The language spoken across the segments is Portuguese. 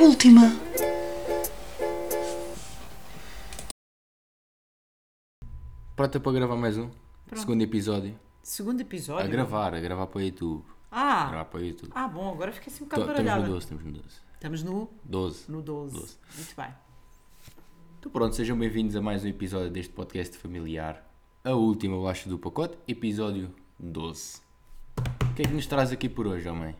última. Pronto para gravar mais um. Segundo episódio. Segundo A episódio? gravar, a gravar para o YouTube. A Ah, gravar para o YouTube. ah, bom, agora fiquei assim um Tô- bocado Estamos no baralhada. 12, estamos no 12. Estamos no, 12. no 12. Doze. Muito bem. Então pronto, sejam bem-vindos a mais um episódio deste podcast familiar. A última, eu acho, do pacote. Episódio 12. O que é que nos traz aqui por hoje, homem?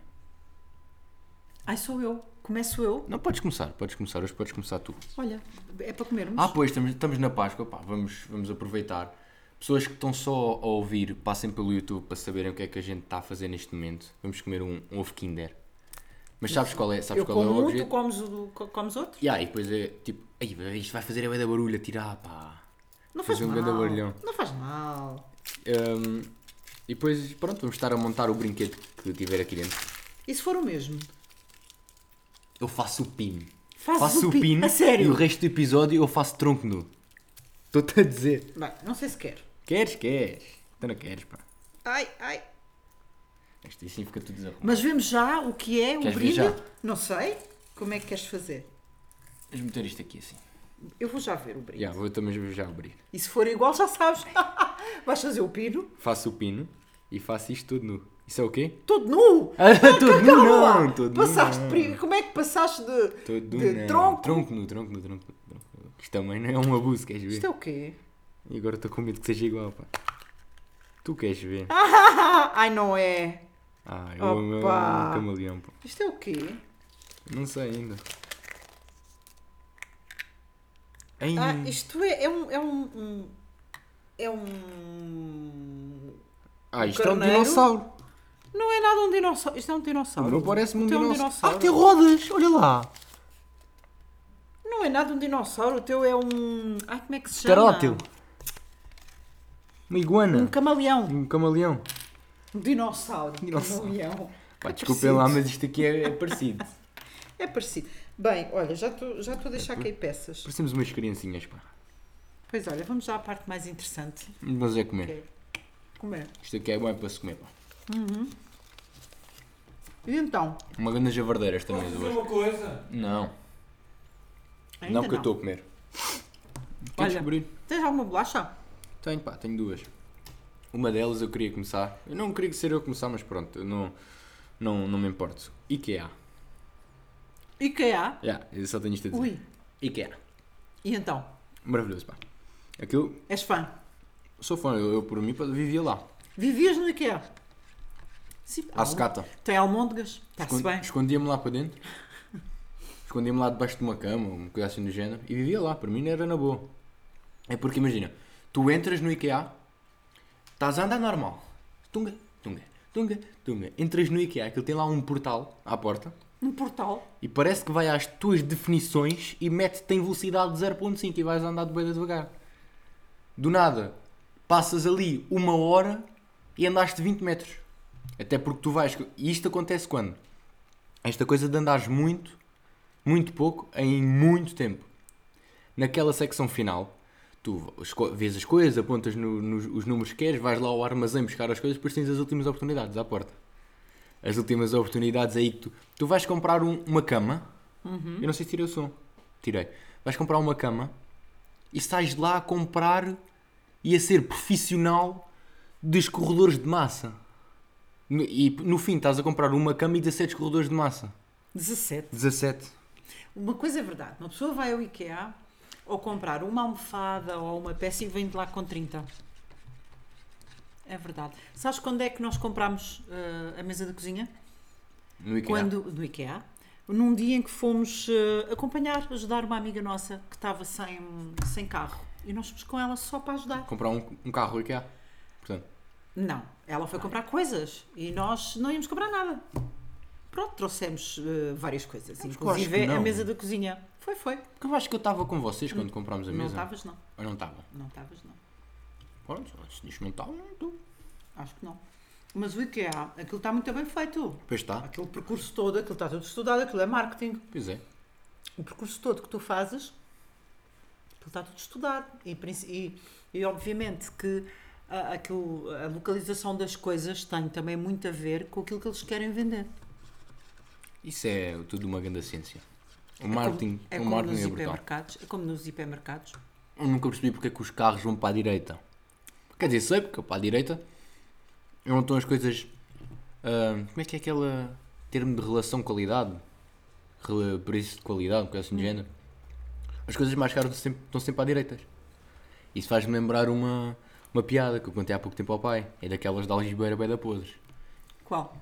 Ai, sou eu. Começo eu. Não, podes começar, podes começar. Hoje podes começar tu. Olha, é para comermos. Ah, pois, estamos, estamos na Páscoa, pá, vamos, vamos aproveitar. Pessoas que estão só a ouvir, passem pelo YouTube para saberem o que é que a gente está a fazer neste momento. Vamos comer um, um ovo Kinder. Mas sabes qual é, sabes eu qual é como o um, tu objeto? comes, o do- co- comes outro? Yeah, e depois é tipo, "Ei, isto vai fazer a bué da barulho a tirar, pá. Não faz Fazer um mal. grande barulhão. Não faz mal. Hum, e depois, pronto, vamos estar a montar o brinquedo que tiver aqui dentro. E se for o mesmo? Eu faço o pino. Fazes faço o pino? A sério? E o resto do episódio eu faço tronco nu. Estou-te a dizer. Bem, não sei se quero. Queres, queres. Então não queres, pá. Ai, ai. Isto assim fica tudo desarrumado. Mas vemos já o que é, o Queres ver brinde? já? Não sei. Como é que queres fazer? Vamos meter isto aqui assim. Eu vou já ver o brinde. Já, vou também já abrir. E se for igual, já sabes. Vais fazer o pino? Faço o pino e faço isto tudo nu. Isso é o quê? Todo nu! Ah, todo nu calma lá. não, todo nu passaste não. pri- Como é que passaste de, Todo de nu. tronco? Tronco nu, tronco nu, tronco nu. tronco nu. Isto também não é um abuso, queres ver? Isto é um- o quê? E agora estou com medo que seja igual, pá. Tu queres ver? Ah! Ai, não é. Ah, eu amo eu Opa. amo um camaleão, pá. Isto é o quê? Não sei ainda. Ai, Ah, isto é, é um... É um, um- é um... ah, um isto é um carneiro. dinossauro. Não é nada um dinossauro. Isto é um dinossauro. Não parece-me um Isto é dinossauro. Ah, tem rodas, olha lá. Não é nada um dinossauro. O teu é um... Ai, como é que se chama? Pterótil. Uma iguana. Um camaleão. Um camaleão. Um dinossauro. Dinossauro. Camaleão. Pá, É desculpem lá, parecido. mas isto aqui é, é parecido. É parecido. Bem, olha, já estou já estou a deixar cair peças. Parecemos umas criancinhas, pá. Pois olha, vamos já à parte mais interessante. Mas é comer. Ok. Como é? Isto aqui é bom é para se comer, pá. E então? Uma grande javardeira esta mesa Fazer hoje. uma coisa. Não, Ainda não que eu estou a comer. Quer Olha. descobrir? Tens alguma bolacha? Tenho, pá, tenho duas. Uma delas eu queria começar. Eu não queria ser eu a começar, mas pronto, eu não, não, não me importo. IKEA. IKEA? Yeah, eu só tenho isto a dizer. Ui, IKEA. e então? Maravilhoso, pá. Aquilo, És fã? sou fã, eu, eu por mim pá, vivia lá. Vivias no IKEA? Sim. À secata. Tem almôndegas? Está-se Escon- bem. Escondia-me lá para dentro. Escondia-me lá debaixo de uma cama, uma coisa assim do género. E vivia lá. Para mim era na boa. É porque imagina, tu entras no IKEA, estás a andar normal. Tunga, tunga, tunga, tunga. Entras no IKEA, aquilo tem lá um portal à porta. Um portal? E parece que vai às tuas definições e mete-te em velocidade de 0.5 e vais andar de boeda devagar. Do nada, passas ali uma hora e andaste 20 metros. Até porque tu vais. E isto acontece quando? Esta coisa de andares muito, muito pouco, em muito tempo. Naquela secção final, tu esco- vês as coisas, apontas no- nos os números que queres, vais lá ao armazém buscar as coisas, depois tens as últimas oportunidades à porta as últimas oportunidades aí que tu. Tu vais comprar um- uma cama. Uhum. Eu não sei se tirei o som. Tirei. Vais comprar uma cama e sais de lá a comprar e a ser profissional dos corredores de massa. No- e no fim estás a comprar uma cama e 17 corredores de massa. 17. 17. Uma coisa é verdade. Uma pessoa vai ao IKEA ou comprar uma almofada ou uma peça e vem de lá com 30. É verdade. Sabes quando é que nós comprámos ah, a mesa da cozinha? No IKEA. quando no IKEA, num dia em que fomos eh, acompanhar, ajudar uma amiga nossa que estava sem, sem carro. E nós fomos com ela só para ajudar. Comprar um, um carro IKEA. Portanto, Não, ela foi comprar coisas e nós não íamos comprar nada. Pronto, trouxemos eh, várias coisas, que eu acho inclusive que a não. mesa da cozinha. Foi, foi. porque eu acho que eu estava com vocês quando comprámos a Não mesa. estavas, não. Ou não estava? Não estavas, não. Pronto, se diz que não estava, não estou. Acho que não. Mas o IKEA, aquilo está muito bem feito. Pois está. Aquele percurso todo, aquilo está tudo estudado, aquilo é marketing. Pois é. o percurso todo que tu fazes, aquilo está tudo estudado. E, princi- e, e obviamente que a, aquilo- a localização das coisas tem também muito a ver com aquilo que eles querem vender. Isso é tudo uma grande ciência. O marketing, é o como marketing nos é brutal. hipermercados. É como nos hipermercados. Eu nunca percebi porque é que os carros vão para a direita. Quer dizer, sei porque para a direita é onde estão as coisas. ah, como é que é aquele termo de relação qualidade? Rela- Preço de qualidade, coisa assim de género. As coisas mais caras estão sempre, estão sempre à direita. Isso faz-me lembrar uma, uma piada que eu contei há pouco tempo ao pai. É daquelas da algibeira bem da podres. Qual?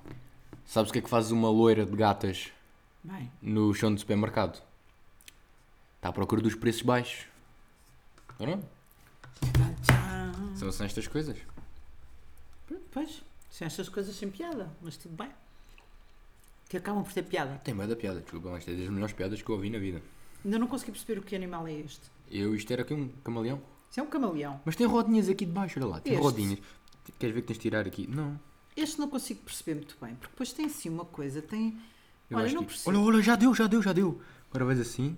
Sabes o que é que faz uma loira de gatas Bem, no chão do supermercado. Está à procura dos preços baixos. Ou não? São, são estas coisas. pois, são estas coisas sem piada, mas tudo bem. Que acabam por ter piada. Tem mais da piada, desculpa, mas é das melhores piadas que eu ouvi na vida. Ainda não consegui perceber o que animal é este. Eu, isto era aqui um camaleão. Isso é um camaleão. Mas tem rodinhas aqui debaixo, olha lá, tem Este. rodinhas. Queres ver que tens de tirar aqui? Não. Este não consigo perceber muito bem, porque depois tem assim uma coisa, tem. Eu Olha, acho não que- percebo. Olha, olha, já deu, já deu, já deu. Agora vais assim.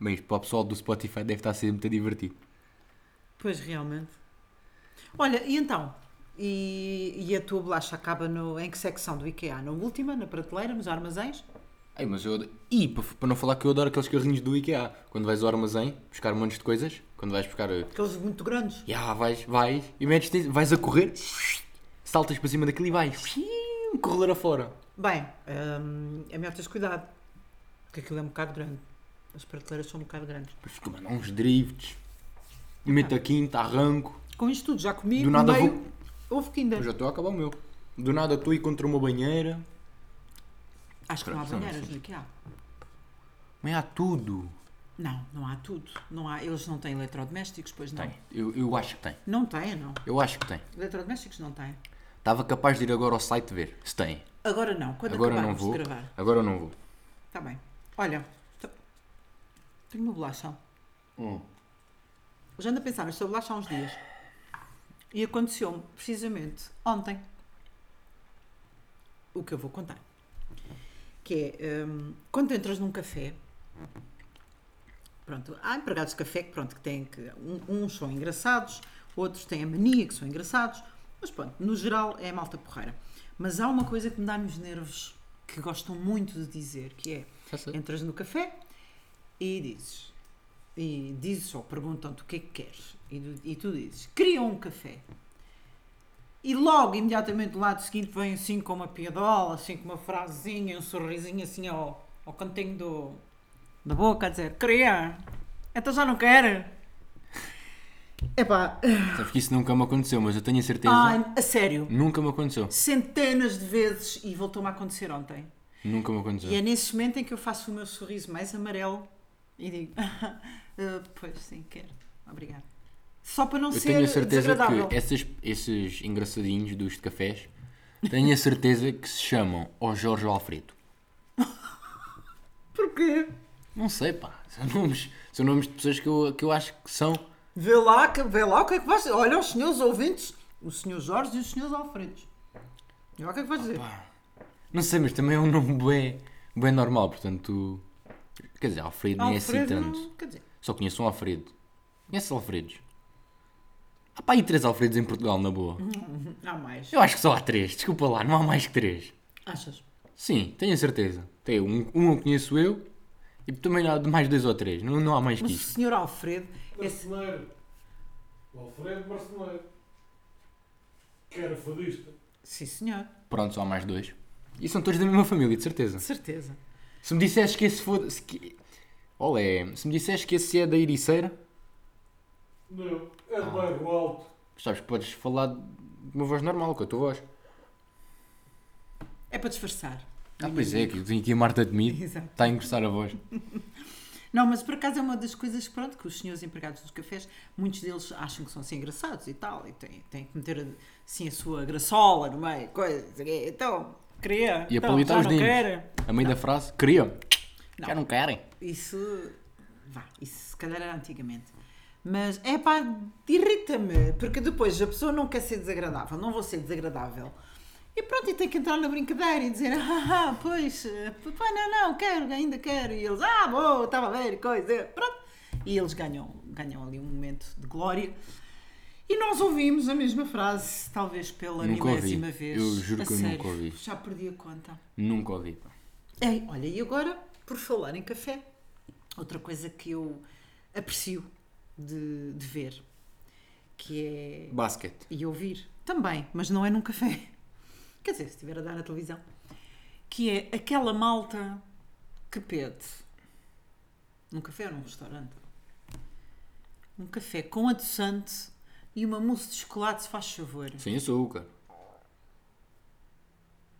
Bem, isto para o pessoal do Spotify deve estar a ser muito divertido. Pois realmente. Olha, e então? E, e a tua bolacha acaba no, em que secção do IKEA? Na última, na prateleira, nos armazéns? Ei, mas eu adoro... E para para não falar que eu adoro aqueles carrinhos do IKEA. Quando vais ao armazém, buscar um monte de coisas, quando vais buscar. eh, Aqueles muito grandes. Ya, vais, vais, e metes, vais a correr, saltas para cima daquilo e vais. Correr afora. Bem, hum, é melhor teres cuidado, porque aquilo é um bocado grande. As prateleiras são um bocado grandes. Depois fico, mano, há uns drifts. E meto a quinta, arranco. Com isto tudo, já comi, Do nada meio, vou- houve Kinder. Eu já estou a acabar o meu. Do nada estou aí contra uma banheira. Acho que não há Pronto, banheiras sim. no IKEA. Mas há tudo. Não, não há tudo. Não há, eles não têm eletrodomésticos, pois não. Tem. Eu, eu acho que tem. Não têm, não. Eu acho que tem. Eletrodomésticos não têm. Estava capaz de ir agora ao site ver se tem. Agora não, quando Agora não acabarmos vou. de gravar. Agora eu não vou. Está Tá bem. Olha, t- tenho uma bolacha. Hum. Eu já ando a pensar nesta bolacha há uns dias. E aconteceu-me, precisamente, ontem. O que eu vou contar. Que é, hum, quando tu entras num café... Pronto, há empregados de café que, pronto, que têm que... um- uns são engraçados, outros têm a mania que são engraçados. Mas pronto, no geral é a malta porreira. Mas há uma coisa que me dá nos nervos, que gostam muito de dizer, que é... Já sei. Entras no café e dizes. E dizes ou perguntam-te o que é que queres. E tu, e tu dizes: queria um café. E logo, imediatamente do lado seguinte, vem assim com uma piadola, assim com uma frasezinha, um sorrisinho assim ao, ao cantinho do, da boca, a dizer: queria. Então já não quero. Epá, Sabes que isso nunca me aconteceu, mas eu tenho a certeza. ai, a sério. Nunca me aconteceu. Centenas de vezes e voltou-me a acontecer ontem. Nunca me aconteceu. E é nesse momento em que eu faço o meu sorriso mais amarelo e digo: "Ah, Pois sim, quero. Obrigada. Só para não Eu ser tenho a certeza desagradável. que é essas- esses engraçadinhos dos de cafés, tenho a certeza que se chamam ou Jorge ou Alfredo. Porquê? Não sei, pá. São nomes, são nomes de pessoas que eu, que eu acho que são. Vê lá, que- vê lá o que é que vais dizer. Olha, os senhores ouvintes, o senhor Jorge e os senhores Alfredos. E lá o que é que vais dizer? Não sei, mas também é um nome bem, bem normal, portanto. Quer dizer, Alfredo, nem é assim Alfredo, tanto. não- quer dizer, Só conheço um Alfredo. Conheces Alfredos? Há pá aí três Alfredos em Portugal, na boa. Uhum. há mais. Eu acho que só há três, desculpa lá, não há mais que três. Achas? Sim, tenho a certeza. Tem um, um eu conheço eu e também há mais dois ou três. Não, não há mais Mas o que isso. senhor Alfredo, é esse- Marceneiro. O Alfredo Marceneiro. Que era fadista. sim senhor, Pronto, só há mais dois. E são todos da mesma família, de certeza. de certeza. Se me dissesses que esse foda. Se que... Olé, se me dissesses que esse é da Ericeira, Não, é de bairro alto. sabes, podes falar de uma voz normal, com a tua voz. É para disfarçar. Ah, pois é, que tenho aqui a Marta de mim, Exato. está a engrossar a voz. Não, mas por acaso é uma das coisas pronto, que os senhores empregados dos cafés, muitos deles acham que são assim engraçados e tal, e têm, têm que meter assim a sua graçola no meio, coisa, não sei o quê. então, queria, E então, apalitar já os não dentes. quero. A meio da frase, queriam. Já não querem. Isso, vá, isso se calhar era antigamente. Mas, é pá, irrita-me, porque depois a pessoa não quer ser desagradável, não vou ser desagradável. E pronto, e tem que entrar na brincadeira e dizer, ah, pois, eh, pá, não, não, quero, ainda quero. E eles, ah, boa, estava a ver, coisa, pronto. E eles ganham, ganham ali um momento de glória. E nós ouvimos a mesma frase, talvez pela Nunca ouvi. milésima vez. Eu juro A que eu nunca sério, ouvi. Já perdi a conta. Nunca ouvi. pá. Ei, olha, e agora, por falar em café, outra coisa que eu aprecio de, de ver, que é Basket. e ouvir também, mas não é num café. Quer dizer, se estiver a dar na televisão. Que é aquela malta que pede num café ou num restaurante um café com adoçante e uma mousse de chocolate, se faz favor. Sem açúcar.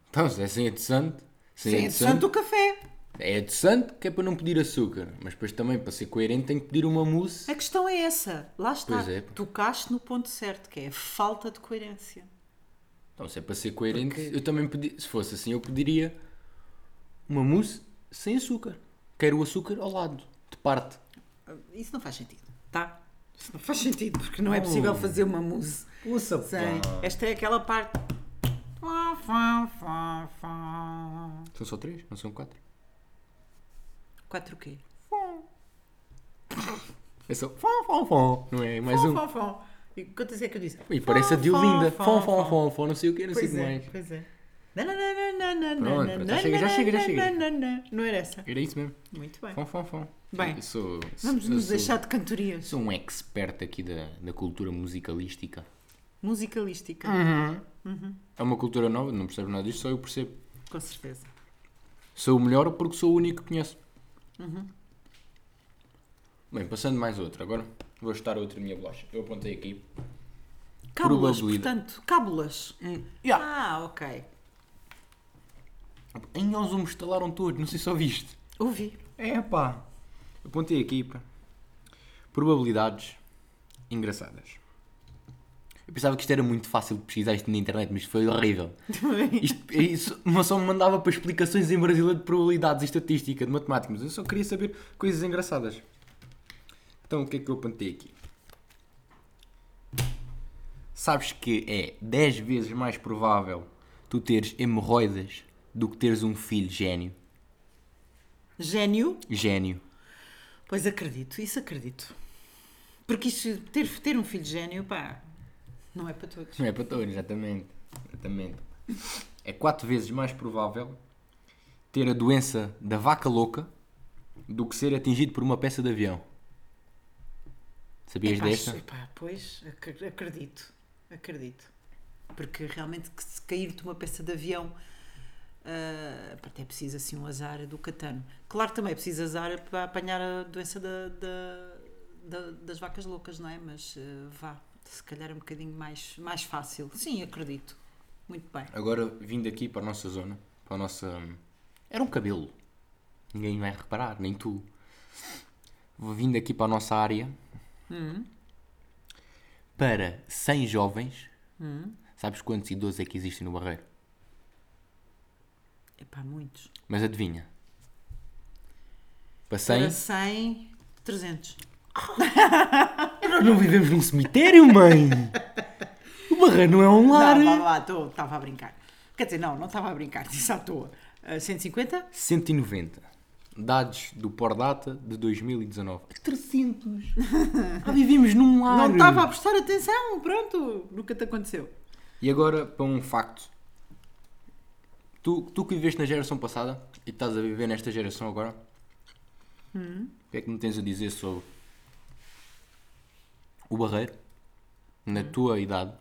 Então, se é sem adoçante. Sem, Sem adoçante adoçante. o café. É adoçante que é para não pedir açúcar. Mas depois também, para ser coerente, tem que pedir uma mousse. A questão é essa. Lá está. Pois é. Tocaste no ponto certo, que é a falta de coerência. Então, se é para ser coerente, eu também pedi. Se fosse assim, eu pediria uma mousse sem açúcar. Quero o açúcar ao lado, de parte. Isso não faz sentido, tá? Isso não faz sentido, porque não é possível fazer uma mousse Oh. Ouça, Sei. Esta é aquela parte. Fá, fá, fá, fá. São só três, não são quatro. Quatro o quê? É só fom, fom, fom. Não é mais Fó, um. fó, fó. E quantas é que eu disse? E parece a Fó, Diolinda. fó, Fom, fó. fom, fom, fom, não sei o que, não sei o Pois que é, mais. pois é. Nananana, Pronto, nananana, já chega, já chega, já chega. nananana. Não era essa? Era isso mesmo. Muito bem. Fom, fom, fom. Bem, Eu sou- Vamos eu nos sou- deixar de cantorias. Sou um expert aqui da, da cultura musicalística. Musicalística, Hum. É uma cultura nova, não percebo nada disto, só eu percebo. com certeza. Sou o melhor porque sou o único que conheço. Bem, passando mais outra agora. Vou estar outra minha bolacha. Eu apontei aqui. Cábulas, Probabilidade. portanto, cábulas. Ya. Ah, ok. Em eles me estalaram todos, não sei se ouviste. Ouvi. É pá. Apontei aqui, pá. Probabilidades engraçadas. Eu pensava que isto era muito fácil de pesquisar isto na internet, mas foi horrível. Isto, isso, uma só me mandava para explicações em brasileiro de probabilidades e estatística, de matemática, mas eu só queria saber coisas engraçadas. Então, o que é que eu apontei aqui? Sabes que é 10 vezes mais provável tu teres hemorroidas do que teres um filho gênio. Gênio. Gênio. Pois acredito, isso acredito. Porque isso, ter, ter um filho gênio, pá, não é para todos. Não é para todos, exatamente. exatamente. É 4 vezes mais provável ter a doença da vaca louca do que ser atingido por uma peça de avião. Sabias Epá, desta? epá, pois, ac- acredito, acredito. Porque realmente que se cair-te uma peça de avião, ah, pá, até precisa assim um azar do catano. Claro, também é preciso azar para apanhar a doença da, da- da- das vacas loucas, não é? Mas ah, vá, se calhar é um bocadinho mais, mais fácil. Sim, acredito. Muito bem. Agora, vindo aqui para a nossa zona, para a nossa. Era um cabelo. Ninguém vai reparar, nem tu. Vou vindo aqui para a nossa área. Para 100 jovens, sabes quantos idosos é que existem no Barreiro? Epá, muitos. Mas adivinha? Para Para 100? 100, 300. Nós não vivemos num cemitério, mãe! O Barreiro não é um Estava lá, estava a brincar. Quer dizer, não, não estava a brincar, disse à toa. Ah, 150? 190. Dados do Pordata de 2019. 300! Ah, vivemos num lar! Não estava a prestar atenção, pronto, nunca te aconteceu. E agora para um facto. Tu, tu que viveste na geração passada e estás a viver nesta geração agora, o que é que me tens a dizer sobre o Barreiro? Na tua idade,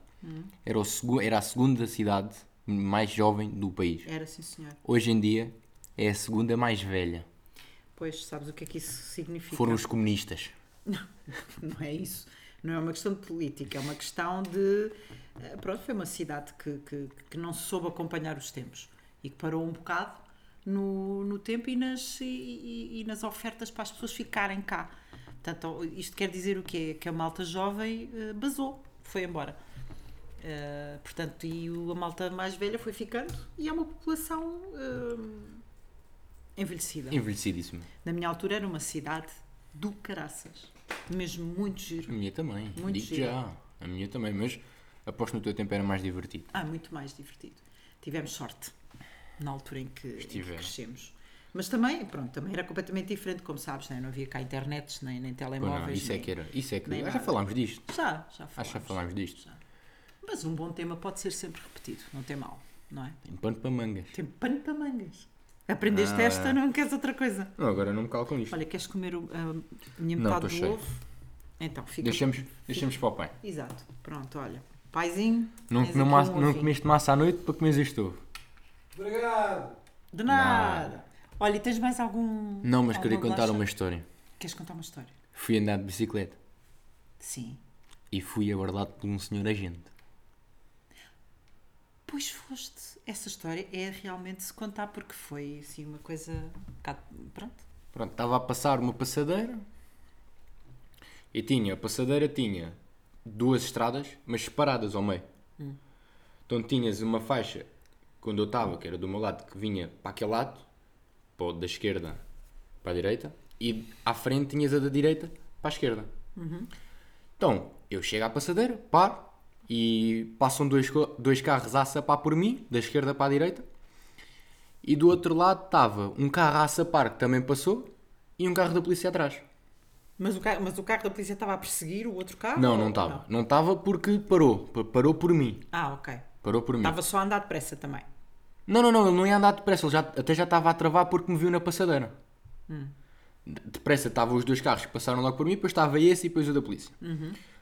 era, o segu- era a segunda cidade mais jovem do país. Era sim, senhor. Hoje em dia é a segunda mais velha. Pois, sabes o que é que isso significa? Foram os comunistas. Não é isso. Não é uma questão de política, é uma questão de. eh, Pronto, foi uma cidade que, que, que não soube acompanhar os tempos e que parou um bocado no, no tempo e nas, e- e, e nas ofertas para as pessoas ficarem cá. Portanto, isto quer dizer o quê? Que a malta jovem eh, basou, foi embora. Eh, portanto, e o- a malta mais velha foi ficando e é uma população eh, envelhecida. Envelhecidíssimo. Na minha altura era uma cidade do caraças. Mesmo muito A giro. minha também. Muito Digo giro. já. A minha também, mas aposto que no teu tempo era mais divertido. Ah, muito mais divertido. Tivemos sorte na altura em que, em que Estivemos. crescemos. Mas também, pronto, também era completamente diferente, como sabes, né? não havia cá internets, nem, nem Pô, não, telemóveis. isso é nem- que era. Isso é que. nem Ah, já nada. falámos disto. Já, já falámos. Acho que já falámos disto. já. Mas um bom tema pode ser sempre repetido, não tem mal, não é? Tem pano para mangas. Tem pano para mangas. Aprendeste Ah. esta, não queres outra coisa. Não, agora não me calo com isto. Olha, queres comer o- a minha Não, metade tô do cheio. ovo? Então, fica. Deixamos, deixamos para o pai. Exato. Pronto, olha. Paizinho, Não, Tens não, aqui massa, um não ovinho. comeste massa à noite para comeres este ovo. Obrigado. de nada. Olha, e tens mais algum. Não, mas queria alguma contar bolacha? uma história. Queres contar uma história? Fui andar de bicicleta Sim. e fui abordado por um senhor agente. Pois foste. Essa história é realmente se contar porque foi assim uma coisa. um bocado- Pronto. Pronto, estava a passar uma passadeira e tinha, a passadeira tinha duas estradas, mas separadas ao meio. Então tinhas uma faixa, quando eu estava, que era do meu lado, que vinha para aquele lado, para o da esquerda para a direita, e à frente tinhas a da direita para a esquerda. Então, eu chego à passadeira, paro, e passam dois, co- dois carros a sapar por mim, da esquerda para a direita, e do outro lado estava um carro a sapar que também passou e um carro da polícia atrás. Mas o, carro, mas o carro da polícia estava a perseguir o outro carro? Não, não Ou- estava. Não estava porque parou. pa- Parou por mim. Ah, ok. Parou por mim. Estava só a andar depressa também. Não, não, não. Ele não ia andar depressa. Ele já, até já estava a travar porque me viu na passadeira. De- Depressa estavam os dois carros que passaram logo por mim. Depois estava esse e depois o da polícia.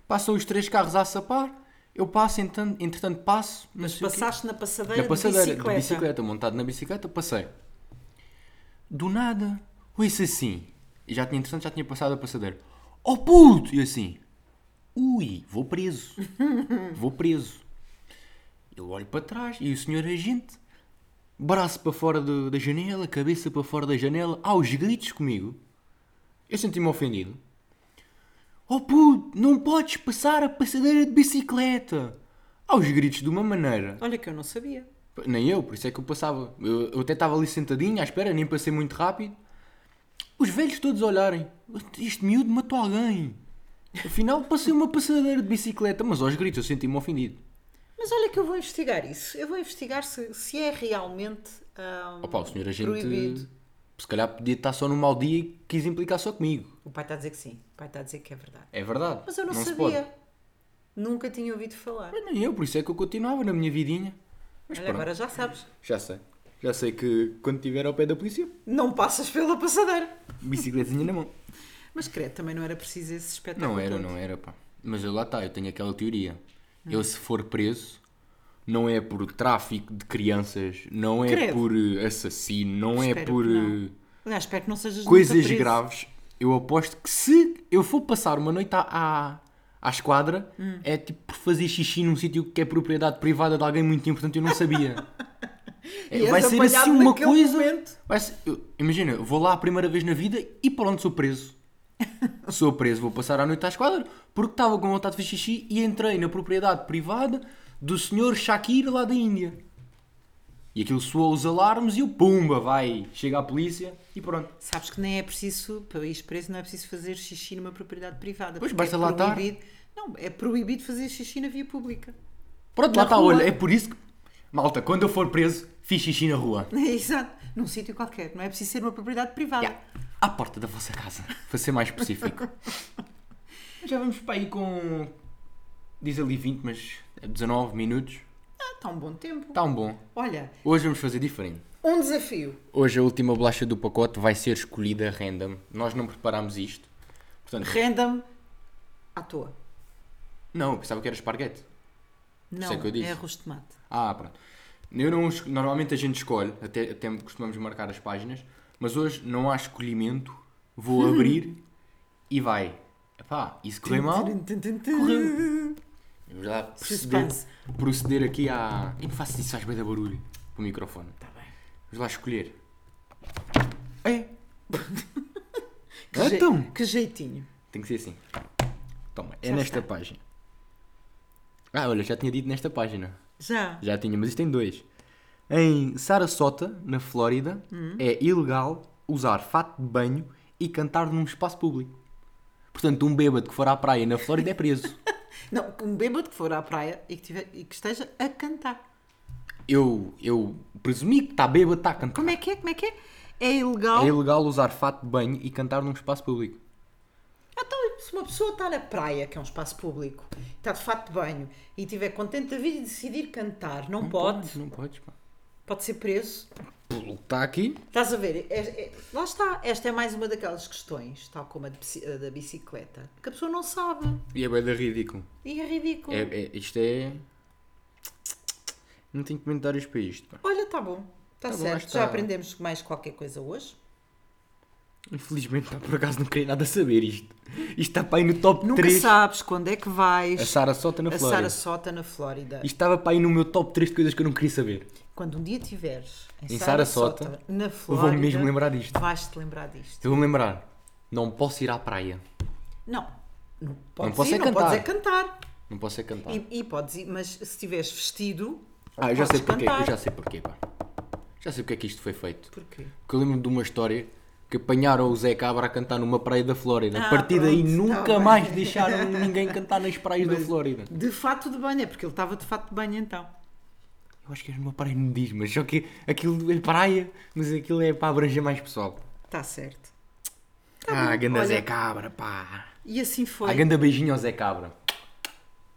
Passam os três carros a sapar. Eu passo, entretanto, entretanto passo. não sei o quê. Passaste na passadeira, Na passadeira, de bicicleta. montado na bicicleta, passei. Do nada, ouço assim. E já tinha, interessante, já tinha passado a passadeira. Oh puto! E eu assim, ui, vou preso. Vou preso. Eu olho para trás e o senhor agente, braço para fora do- da janela, cabeça para fora da janela, aos gritos comigo. Eu senti-me ofendido. Oh puto, não podes passar a passadeira de bicicleta! Aos gritos de uma maneira. Olha que eu não sabia. Nem eu, por isso é que eu passava. Eu, eu até estava ali sentadinho, à espera, nem passei muito rápido. Os velhos todos a olharem. Este miúdo matou alguém. Afinal, passei uma passadeira de bicicleta, mas aos gritos eu senti-me ofendido. Mas olha que eu vou investigar isso. Eu vou investigar se, se é realmente ah, Opa, o senhor agente. proibido. Se calhar podia estar só num mau dia e quis implicar só comigo. O pai está a dizer que sim. O pai está a dizer que é verdade. É verdade. Mas eu não, se sabia. Nunca tinha ouvido falar. Mas nem eu, por isso é que eu continuava na minha vidinha. Mas Olha, pronto, agora já sabes. já sei. Já sei que quando estiver ao pé da polícia, Não passas pela passadeira. bicicletinha na mão. Mas credo, também não era preciso esse espetáculo. Não era, todo. não era, pá. Mas eu lá está, eu tenho aquela teoria. Eu se for preso, não é por tráfico de crianças, não é Credo. por eh, assassino, não é Espero por que eh, não. Aliás, espero que não sejas nunca coisas preso. graves. Eu aposto que se eu for passar uma noite à, à, à esquadra, Hum. é tipo por fazer xixi num sítio que é propriedade privada de alguém muito importante, eu não sabia. É, E vai és ser assim apanhado uma naquele coisa. momento. Vai ser- eu- imagina, eu vou lá a primeira vez na vida e pronto, sou preso. sou preso, vou passar a noite à esquadra porque estava com vontade de fazer xixi e entrei na propriedade privada do senhor Shakir lá da Índia. E aquilo soou os alarmes e eu, pumba, vai, chega a polícia e pronto. Sabes que nem é preciso, para ir preso, não é preciso fazer xixi numa propriedade privada. Pois, porque basta é lá estar. proibido- Não, é proibido fazer xixi na via pública. Pronto, Na lá está, rua. olha, é por isso que. Malta, quando eu for preso, fiz xixi na rua. É Exato. Num sítio qualquer. Não é preciso ser uma propriedade privada. Ya, À porta da vossa casa, para ser mais específico. Já vamos para aí com. Diz ali 20, mas é 19 minutos. Ah, está um bom tempo. Tão Tá bom. Olha, Hoje vamos fazer diferente. um desafio. Hoje a última bolacha do pacote vai ser escolhida random. Nós não preparámos isto. Portanto, Random à toa. não, eu pensava que era esparguete. Não, Sei que eu disse. é arroz de tomate. Ah, pronto. Eu não, es- normalmente a gente escolhe, até, até costumamos marcar as páginas, mas hoje não há escolhimento. Vou abrir e vai. Epá, e se correr mal, Correu. vamos lá proceder, Suspense. proceder aqui à. Eu não faço isso, faz bem da barulho com o microfone. Está bem. Vamos lá escolher. Tá É? Que, jei- Então? que jeitinho. Tem que ser assim. Toma, é Já nesta está. página. Ah, olha, já tinha dito nesta página. Já. Já tinha, mas isto tem dois. Em Sarasota, na Flórida, Hum. é ilegal usar fato de banho e cantar num espaço público. Portanto, um bêbado que for à praia na Flórida é preso. Não, um bêbado que for à praia e que, tiver- e que esteja a cantar. eu, eu presumi que está bêbado, está a cantar. Como é que é? Como é que é? É ilegal. É ilegal usar fato de banho e cantar num espaço público. Então, se uma pessoa está na praia, que é um espaço público, está de fato de banho e estiver contente da vida e decidir cantar, não, pode. Não podes, pá. Pode ser preso. pelo que está aqui. Estás a ver? É- é- lá está. Esta é mais uma daquelas questões, tal como a, de bici- a da bicicleta, que a pessoa não sabe. E é bem ridículo. E é ridículo. É, é- isto é. Não tenho comentários para isto. pá. Olha, está bom. Está Tá bom, certo. acho que Já tá. aprendemos mais qualquer coisa hoje. Infelizmente, pá, por acaso não queria nada saber isto. Isto está para aí no top Nunca 3. sabes quando é que A vais. Sara só está na A Sara Flórida. Sota na Flórida. Isto estava para aí no meu top 3 de coisas que eu não queria saber. Quando um dia tiveres Em Sarasota, na Eu Flórida, vou-me mesmo lembrar disto. vais-te lembrar disto. Eu vou-me lembrar. Não posso ir à praia. Não, não podes posso ir, é não cantar. podes é cantar. Não posso é cantar. E, e podes ir, mas se estiveres vestido, Ah, eu já podes sei porquê. cantar. Eu já sei porquê, pá. Já sei porque é que isto foi feito. porquê? Porque eu lembro de uma história que apanharam o Zé Cabra a cantar numa praia da Flórida. Ah, a partir daí pronto, nunca tá bem. mais deixaram ninguém cantar nas praias da Flórida. De fato de banho, é porque ele estava de fato de banho então. Eu acho que era numa praia nudismo, mas só que aquilo é praia, mas aquilo é para abranger mais pessoal. Está Tá certo. ah, ganda Tá olha. Zé Cabra, pá. E assim foi. Ah, ganda beijinho ao Zé Cabra.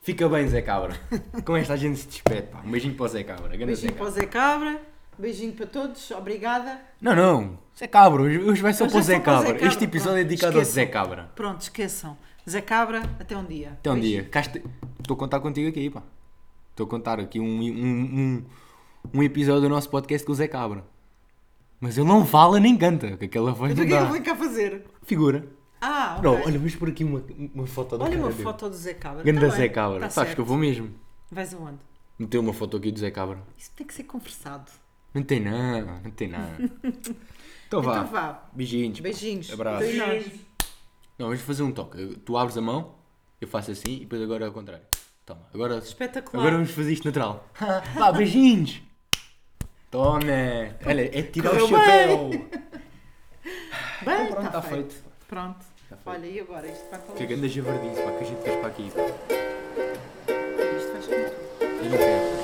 Fica bem, Zé Cabra. Com esta a gente se despede, pá. Um beijinho para o Zé Cabra. Ganda Zé Beijinho para o Cabra. Zé Cabra, beijinho para todos, obrigada. Não, não. Zé Cabra. Hoje hoje vai só Hoje para o é só Zé para o Zé Cabra. Cabra, Este episódio é pronto. dedicado ao Esqueçam. Zé Cabra. Pronto, esqueçam. Zé Cabra, até um dia. Até um Beijinho. dia. Cá este- Estou a contar contigo aqui, pá. Estou a contar aqui um, um, um, um episódio do nosso podcast com o Zé Cabra. Mas ele não fala nem canta, que aquela voz Então o não que é que eu dá. vim cá fazer? Figura. Ah, ok. Não, olha, vamos por aqui uma, uma foto do Olha cara uma dele. foto do Zé Cabra. Ganda Tá bem, Zé Cabra. tá Sabes que eu certo. vou mesmo. Vais aonde? Meter uma foto aqui do Zé Cabra. Isso tem que ser conversado. Não tem não, não tem nada. então vá. Então vá. Beijinhos. Beijinhos. Abraço. Entre nós. Não, vamos fazer um toque. Tu abres a mão, eu faço assim e depois agora é ao contrário. Toma, agora, Espetacular. agora vamos fazer isto natural. vá, beijinhos. Toma. Olha, é tirar o Correu chapéu. Bem, Então Pronto, tá está feito. Pronto. Tá feito. Olha, e agora? Isto vai para Que grande javardice, pá, que a gente fez para aqui. Isto faz com tudo. Eu não quero.